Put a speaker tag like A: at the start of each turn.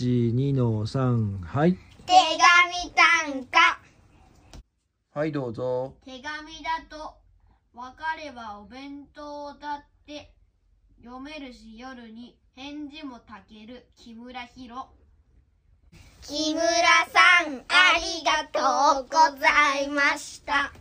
A: 12の3はい
B: 手紙短歌
A: はいどうぞ
C: 手紙だと分かればお弁当だって読めるし夜に返事もたける木村博
B: 木村さんありがとうございました